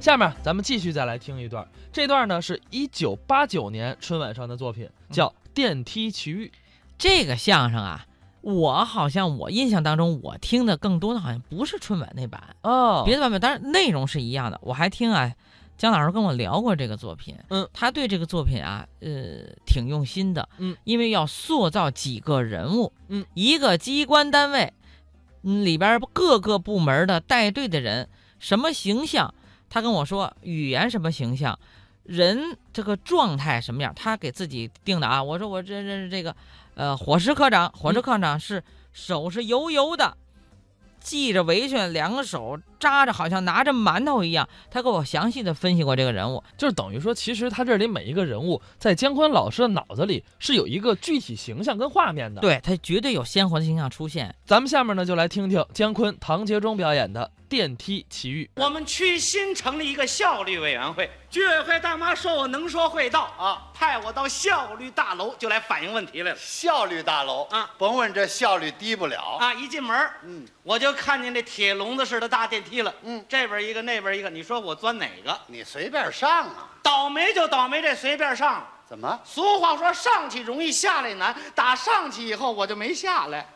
下面咱们继续再来听一段，这段呢是一九八九年春晚上的作品，叫《电梯奇遇》。这个相声啊，我好像我印象当中，我听的更多的好像不是春晚那版，哦，别的版本，当然内容是一样的。我还听啊，姜老师跟我聊过这个作品，嗯，他对这个作品啊，呃，挺用心的，嗯，因为要塑造几个人物，嗯，一个机关单位，嗯，里边各个部门的带队的人什么形象，他跟我说语言什么形象。人这个状态什么样？他给自己定的啊。我说我这这这个，呃，伙食科长，嗯伙食科长是手是油油的，系着围裙，两个手扎着，好像拿着馒头一样。他给我详细的分析过这个人物，就是等于说，其实他这里每一个人物在姜昆老师的脑子里是有一个具体形象跟画面的。，对他绝对有鲜活的形象出现。咱们下面呢就来听听姜昆、唐杰忠表演的《电梯奇遇》。我们区新成立一个效率委员会，居委会大妈说我能说会道啊，派我到效率大楼就来反映问题来了。效率大楼啊甭问这效率低不了。啊，一进门，嗯，我就看见这铁笼子似的大电梯了，嗯这边一个，那边一个，你说我钻哪个？你随便上啊？倒霉就倒霉，这随便上了。怎么？俗话说上去容易下来难，打上去以后我就没下来，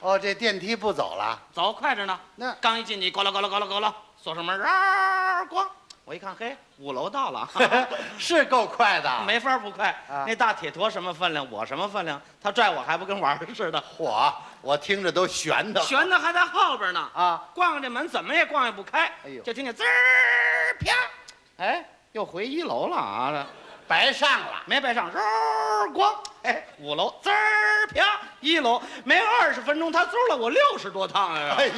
哦，这电梯不走了？走快着呢。那刚一进去，呱啦呱啦呱啦呱啦，锁上门，啊，咣，我一看，嘿，五楼到 了。 是够快的。啊没法不快啊，那大铁坨什么分量，我什么分量，他拽我还不跟玩儿似的，火，我听着都悬的。悬的还在后边呢。啊！逛这门怎么也逛也不开，哎呦就听见滋儿啪，哎，又回一楼了啊，白上了。没白上，嗖咣，哎，五楼滋儿啪，一楼没二十分钟，他嗖了我六十多趟呀、哎呦，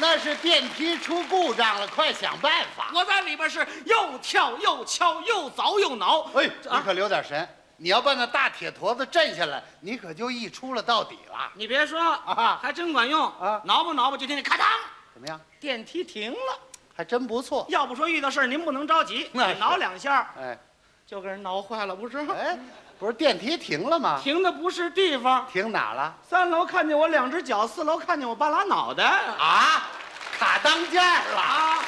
那是电梯出故障了，快想办法。我在里边是又跳又敲又凿又挠，哎，啊你可留点神，你要把那大铁坨子震下来，你可就一出了到底了。你别说，啊还真管用啊挠吧挠吧，就听见咔嚓，怎么样？电梯停了。还真不错。要不说遇到事儿您不能着急，那是挠两下哎就给人挠坏了，不是？哎，不是电梯停了吗？停的不是地方，停哪了？三楼看见我两只脚，四楼看见我半拉脑袋啊啊，卡当间儿了。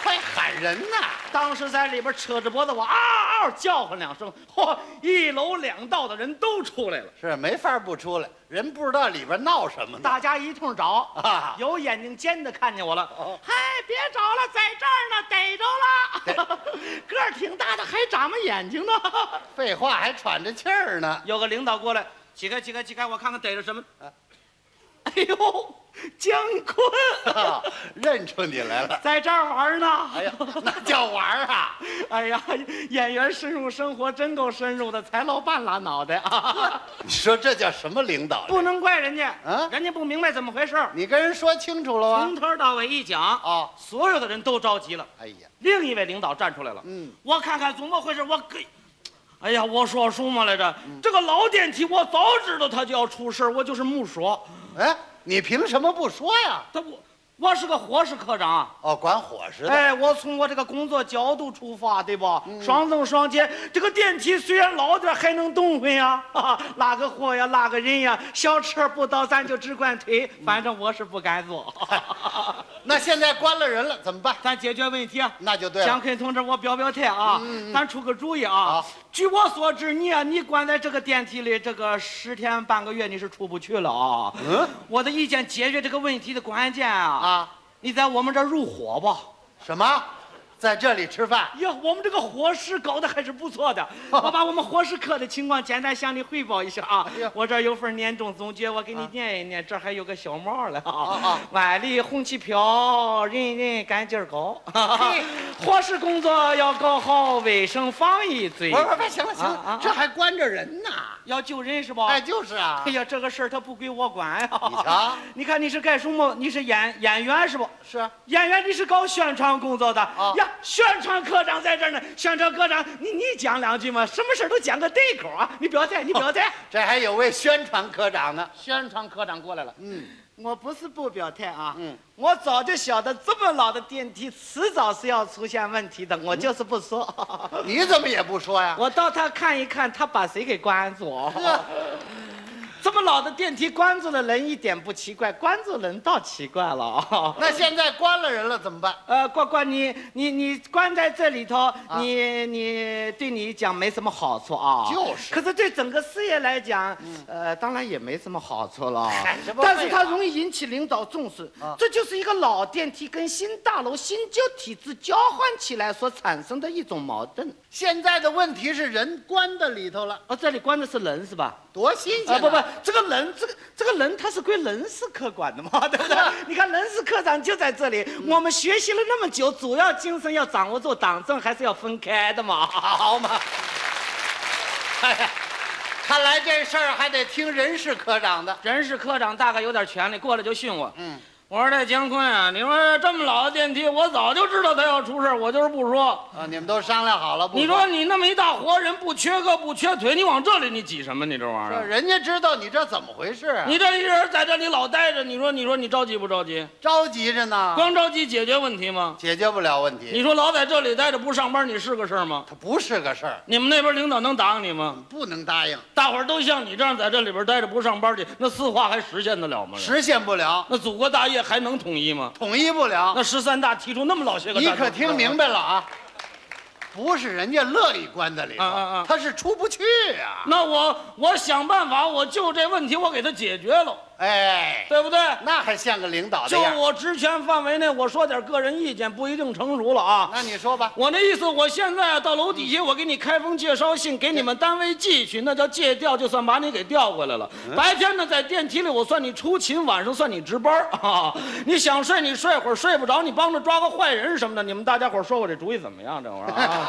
快喊人呐！当时在里边扯着脖子，我嗷嗷叫唤两声，嚯，一楼两道的人都出来了，是没法不出来，人不知道里边闹什么呢。大家一通找，啊，有眼睛尖的看见我了哦，嗨，别找了，在这儿呢，逮着了，哎 个儿挺大的，还眨巴眼睛呢。废话还喘着气儿 呢。有个领导过来，起开，起开，起开，我看看逮着什么。啊哎呦，姜 昆啊认出你来了。在这儿玩呢。哎呀， 那叫玩儿啊！哎呀，演员深入生活真够深入的，才露半拉脑袋啊！你说这叫什么领导？不，能怪人家啊人家不明白怎么回事儿。你跟人说清楚了从吗？头到尾一讲，哦，所有的人都着急了。哎呀，另一位领导站出来了，嗯，我看看怎么回事，我给。哎呀，我说什么来着？嗯这个老电梯，我早知道它就要出事儿我就是没说。哎，你凭什么不说呀？他我我是个伙食科长啊，哦，管伙食的。哎，我从我这个工作角度出发，对吧？双增双减，这个电梯虽然老点儿，还能动会呀，哈哈拉个货呀，拉个人呀，小车不到咱就只管推， 反正我是不敢 坐。那现在关了人了，怎么办？咱解决问题啊。那就对姜了。昆同志，我表表态啊，咱出个主意啊好。据我所知，你啊，你关在这个电梯里，这个十天半个月你是出不去了啊。嗯我的意见，解决这个问题的关键啊，啊，你在我们这儿入伙吧。什么？在这里吃饭？哟，哎我们这个伙食搞得还是不 错的。我把我们伙食科的情况简单向你汇报一下啊哎呀。我这儿有份年终总结，我给你念一念。这儿还有个小帽了啊啊啊。万里红旗飘，人人干劲儿高嘿。 伙食工作要搞好，卫生防疫最不是，不是，不是行了行啊啊啊了，这还关着人呢。要救人是吧？哎，就是哦啊哎。呀，这个事儿他不归我管呀、你瞧 你看你是干什么？你是演演员是不？是。啊演员，你是搞宣传工作的、呀？宣传科长在这儿呢，宣传科长，你你讲两句嘛，什么事儿都讲个对口啊！你表态，你表态。这还有位宣传科长呢。宣传科长过来了，嗯，我不是不表态啊，嗯，我早就晓得这么老的电梯迟早是要出现问题的，我就是不说。 你怎么也不说呀？ 我到他看一看，他把谁给关住。哦这么老的电梯关住了人一点不奇怪，关住人倒奇怪了啊。那现在关了人了怎么办？呃，关关你你你关在这里头，你你对你讲没什么好处啊。就是可是对整个事业来讲，呃，当然也没什么好处了嗨什。么但是废它话容易引起领导重视啊，这就是一个老电梯跟新大楼、新旧体制交换起来所产生的一种矛盾。现在的问题是人关到里头了，哦，这里关的是人是吧？多新鲜、啊不不，，这个人这个这个人他是归人事科管的嘛， 对不对？你看人事科长就在这里，我们学习了那么久，主要精神要掌握住党政，还是要分开的嘛， 好嘛？哎呀，看来这事儿还得听人事科长的。人事科长大概有点权利，过来就训我。嗯，我说这姜昆啊，你说这么老的电梯，我早就知道他要出事儿我就是不说。啊，你们都商量好了不？你说你那么一大活人，不缺胳不缺腿，你往这里你挤什么？你这玩意这儿，人家知道你这怎么回事啊？你这一人在这里老待着，你说你说你着急不着急？着急着呢，光着急解决问题吗？解决不了问题，你说老在这里待着不上班，你是个事儿吗？它不是个事儿，你们那边领导能答应你吗？不能答应，大伙儿都像你这样在这里边待着不上班去，那四化还实现得了吗？实现不了，那祖国大业还能统一吗？统一不了。那十三大提出那么老些个，啊你可听明白？白了啊？不是人家乐意关在里头，啊啊啊他是出不去啊呀、那我我想办法，我就这问题我给他解决了，哎，对不对？那还像个领导的就样儿。我职权范围内，我说点个人意见，不一定成熟了啊。那你说吧，我那意思，我现在到楼底下，我给你开封介绍信，给你们单位寄去，那叫借调，就算把你给调回来了。嗯白天呢，在电梯里我算你出勤，晚上算你值班儿 啊。你想睡你睡会儿，睡不着你帮着抓个坏人什么的。你们大家伙儿说我这主意怎么样？这玩意儿 啊，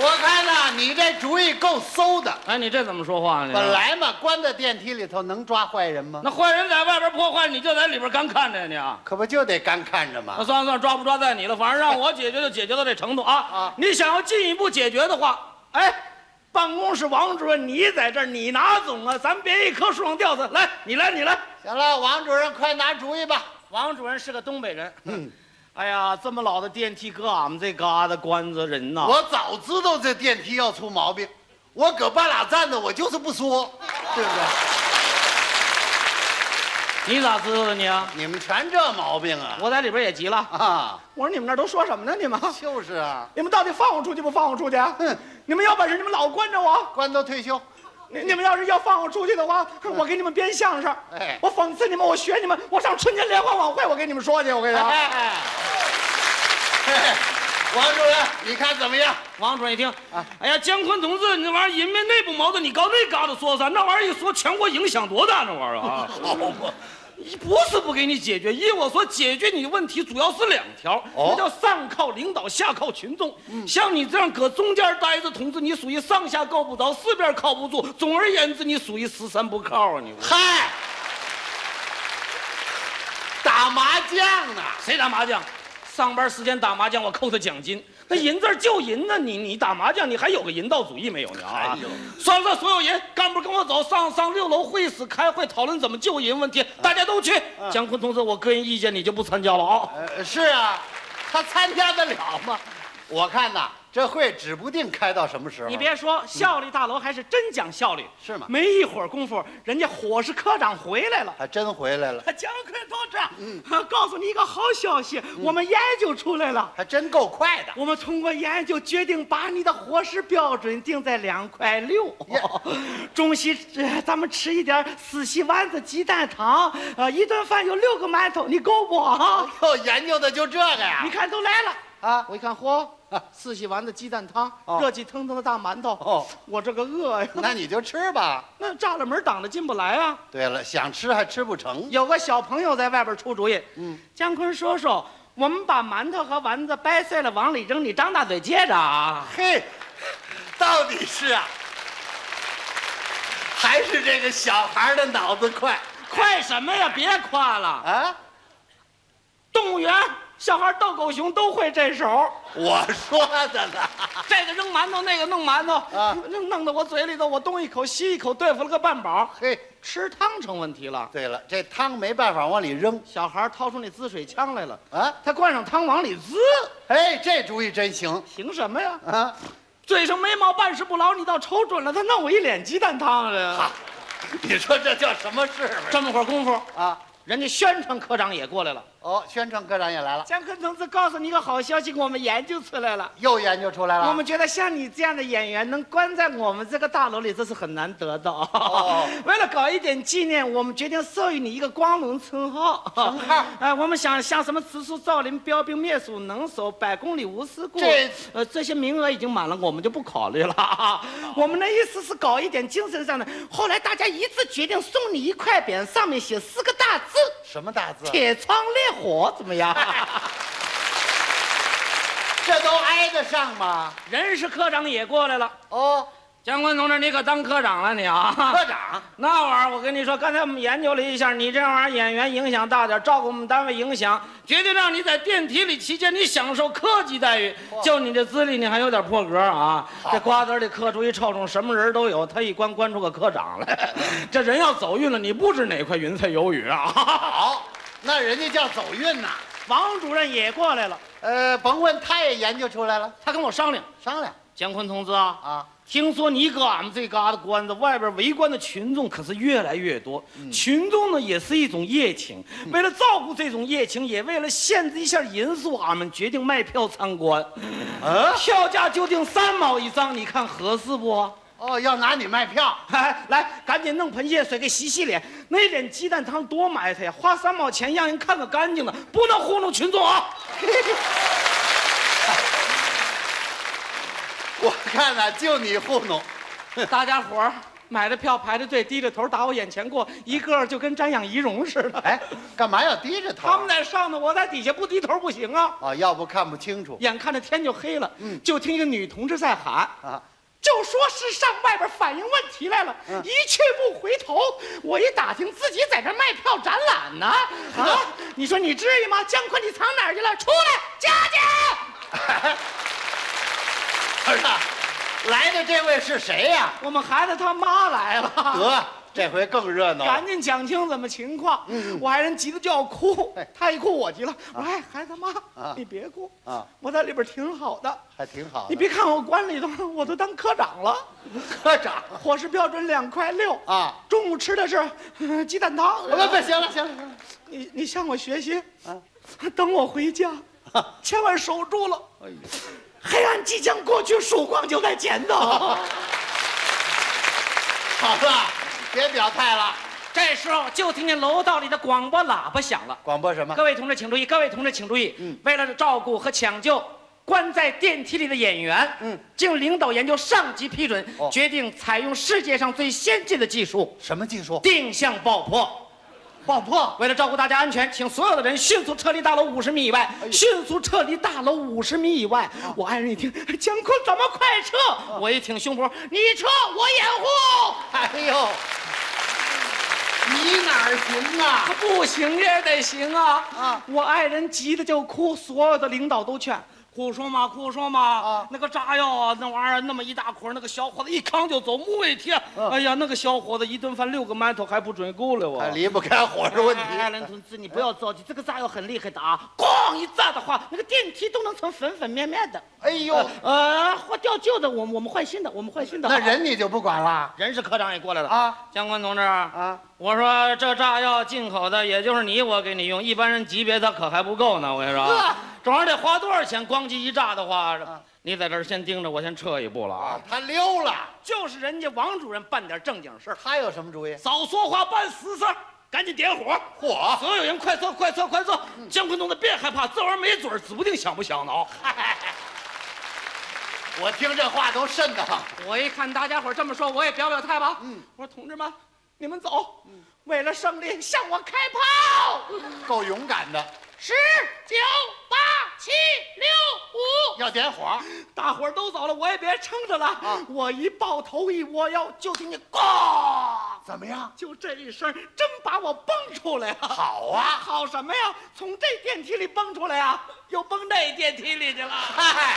我看呐、你这主意够馊的。哎，你这怎么说话呢？本来嘛，关在电梯里头能抓坏人吗？那坏人在外边破坏，你就在里边干看着呀你啊。可不就得干看着那吗？啊算了算了，抓不抓在你了，反正让我解决就解决到这程度啊！啊你想要进一步解决的话，哎，办公室王主任你在这儿，你拿总啊，咱别一棵树上吊死。来，你来，你来。行了，王主任，快拿主意吧。王主任是个东北人，嗯，哎呀，这么老的电梯搁俺们这旮瘩关着人呐。我早知道这电梯要出毛病，我搁半拉站着，我就是不说，对不对？你咋知道的你啊？你们全这毛病啊！我在里边也急了，啊，我说你们那儿都说什么呢？你们，就是啊，你们到底放我出去不放我出去？啊你们有本事你们老关着我。官都退休，你你们要是要放我出去的话，我给你们编相声，嗯哎我讽刺你们，我学你们，我上春节联欢晚会，我给你们说去，我跟你说。哎嘿嘿 王主任，你看怎么样？王主任一听，哎呀，姜昆同志，你这玩意儿人民内部矛盾，你搞那嘎达说啥？那玩意儿一说，全国影响多大？那玩意儿啊，好嘛，不是不给你解决，依我所解决你的问题主要是两条，哦那叫上靠领导，下靠群众。像你这样搁中间待着，同志，你属于上下够不着，四边靠不住。总而言之，你属于十三不靠啊！你嗨，打麻将呢，谁打麻将？上班时间打麻将，我扣他奖金。那银字儿就银呢，你你打麻将，你还有个人道主义没有呢啊还有？算了，所有人干部跟我走，上上六楼会议室开会讨论怎么救银问题，大家都去。姜昆同志，我个人意见你就不参加了啊？呃，是啊，他参加得了吗？我看呐，这会指不定开到什么时候。你别说，效率大楼还是真讲效率，是吗没一会儿功夫，人家伙食科长回来了。还真回来了，姜昆同志，嗯，告诉你一个好消息，嗯我们研究出来了。还真够快的。我们通过研究决定，把你的伙食标准定在两块六耶，中西呃咱们吃一点死西丸子、鸡蛋汤，呃，一顿饭有六个馒头，你够不啊？哟，研究的就这个呀你？看都来了。啊，我一看，嚯，四喜丸子、鸡蛋汤，哦热气腾腾的大馒头，哦，我这个饿呀！那你就吃吧。那栅栏门挡着进不来啊。对了，想吃还吃不成，有个小朋友在外边出主意，嗯，姜昆叔叔，我们把馒头和丸子掰碎了往里扔，你张大嘴接着啊。嘿，到底是啊，还是这个小孩的脑子快快什么呀？别夸了，啊？动物园小孩逗狗熊都会这手，我说的呢，这个扔馒头，那个弄馒头，啊弄弄到我嘴里头，我东一口西一口，对付了个半饱。嘿，吃汤成问题了，对了，这汤没办法往里扔小孩掏出那滋水枪来了，啊。 他灌上汤往里滋，哎，这主意真行凭什么呀？啊！嘴上没毛，办事不牢，你倒瞅准了，他弄我一脸鸡蛋汤哈了。你说这叫什么事儿？这么会儿功夫，啊，人家宣传科长也过来了。哦，宣传科长也来了，江坤同志告诉你个好消息，我们研究出来了。又研究出来了。我们觉得像你这样的演员能关在我们这个大楼里，这是很难得的。哦 为了搞一点纪念，我们决定授予你一个光荣称号。称 号哎，我们想像什么慈树、造林、标兵、灭鼠、能手、百公里无私故，这呃这些名额已经满了，我们就不考虑了。 我们的意思是搞一点精神上的。后来大家一致决定送你一块匾，上面写四个大 字什么大字“啊铁窗烈火”，怎么 样？这都挨得上吗？人事科长也过来了。哦，江坤同志，你可当科长了你啊！科长，那玩意儿，我跟你说，刚才我们研究了一下，你这玩意儿演员影响大点，照顾我们单位影响，决定让你在电梯里期间你享受科级待遇。就你这资历，你还有点破格啊！这瓜子里嗑出一臭虫，什么人都有，他一关关出个科长来，这人要走运了，你不知哪块云彩有雨 啊！好，那人家叫走运呐。王主任也过来了，呃，甭问，他也研究出来了，他跟我商量，商量姜昆同志啊，啊，听说你搁俺们这旮沓关着，外边围观的群众可是越来越多。群众呢也是一种热情，为了照顾这种热情，也为了限制一下人数，俺们决定卖票参观。嗯，票价就定三毛一张，你看合适不？哦，要拿你卖票，哎，来，赶紧弄盆热水给洗洗脸。那点鸡蛋汤多埋汰呀，花三毛钱让人看个干净的，不能糊弄群众啊！我看呐、就你糊弄，大家伙儿买的票排着队，低着头打我眼前过，一个个就跟瞻仰仪容似的。哎，干嘛要低着头？啊他们在上头，我在底下，不低头不行啊！哦，要不看不清楚眼看着天就黑了，就听一个女同志在喊。嗯啊。 就说是上外边反映问题来了，一去不回头。我一打听，自己在这卖票展览呢。啊，你说你至于吗？姜昆，你藏哪儿去了？出来，佳佳！儿子，来的这位是谁呀、我们孩子他妈来了，得，这回更热闹啊赶了。紧讲清怎么情况。我还人急得就要哭，他一哭我急了。我说：“哎，孩子妈啊，你别哭啊，我在里边挺好的。还挺好你的。别看我关里头，我都当科长了。”科长伙食标准两块六啊， 啊，中午吃的是呃鸡蛋 汤。不不，行了行了行了，你你向我学习啊啊，等我回家，千万守住了。黑暗即将过去，曙光就在前 头。好了，别表态了。这时候就听见楼道里的广播喇叭响了。广播什么各？位同志请注意，各位同志请注意，为了照顾和抢救关在电梯里的演员，嗯经领导研究上级批准，哦决定采用世界上最先进的技术什么技术？定向爆破。爆破。为了照顾大家安全，请所有的人迅速撤离大楼五十米以外，迅速撤离大楼五十米以外。我爱人一听， 姜昆怎么快撤？我一挺胸脯，你撤，我掩护。哎呦，你哪儿行啊？不行也得行啊！啊我爱人急得就哭，所有的领导都劝。哭说嘛，哭说嘛！啊那个炸药啊，那玩意儿那么一大捆儿，那个小伙子一扛就走，木卫贴。嗯哎呀，那个小伙子一顿饭六个馒头还不准够了我。还离不开伙食问题。艾伦哎同志，你不要着急，这个炸药很厉害的啊！咣一炸的话，那个电梯都能成粉粉面面的。哎呦，呃，或掉旧的，我们我们换新的，我们换新的啊。那人你就不管了人事科长也过来了啊？江坤同志，啊？我说这炸药进口的，也就是你我给你用，一般人级别他可还不够呢。我跟你说呵啊，这玩意儿得花多少钱？咣叽一炸的话啊，你在这儿先盯着，我先撤一步了啊啊。，他溜了，就是人家王主任办点正经事儿，他有什么主意？少说话办实事儿，赶紧点火。嗯嚯！所有人快撤，快撤，快撤！姜昆同志别害怕，这玩意儿没准儿，指不定想不想呢啊！我听这话都瘆得慌。我一看大家伙儿这么说，我也表表态吧。嗯，我说同志们，你们走，为了胜利向我开炮！够勇敢的，十九八七六要点火，五，大伙儿都走了，我也别撑着了。啊我一抱头一窝腰，就听见咣，怎么样？就这一声，真把我蹦出来了。好啊！好什么呀？从这电梯里蹦出来啊，又蹦那电梯里去了。嗨，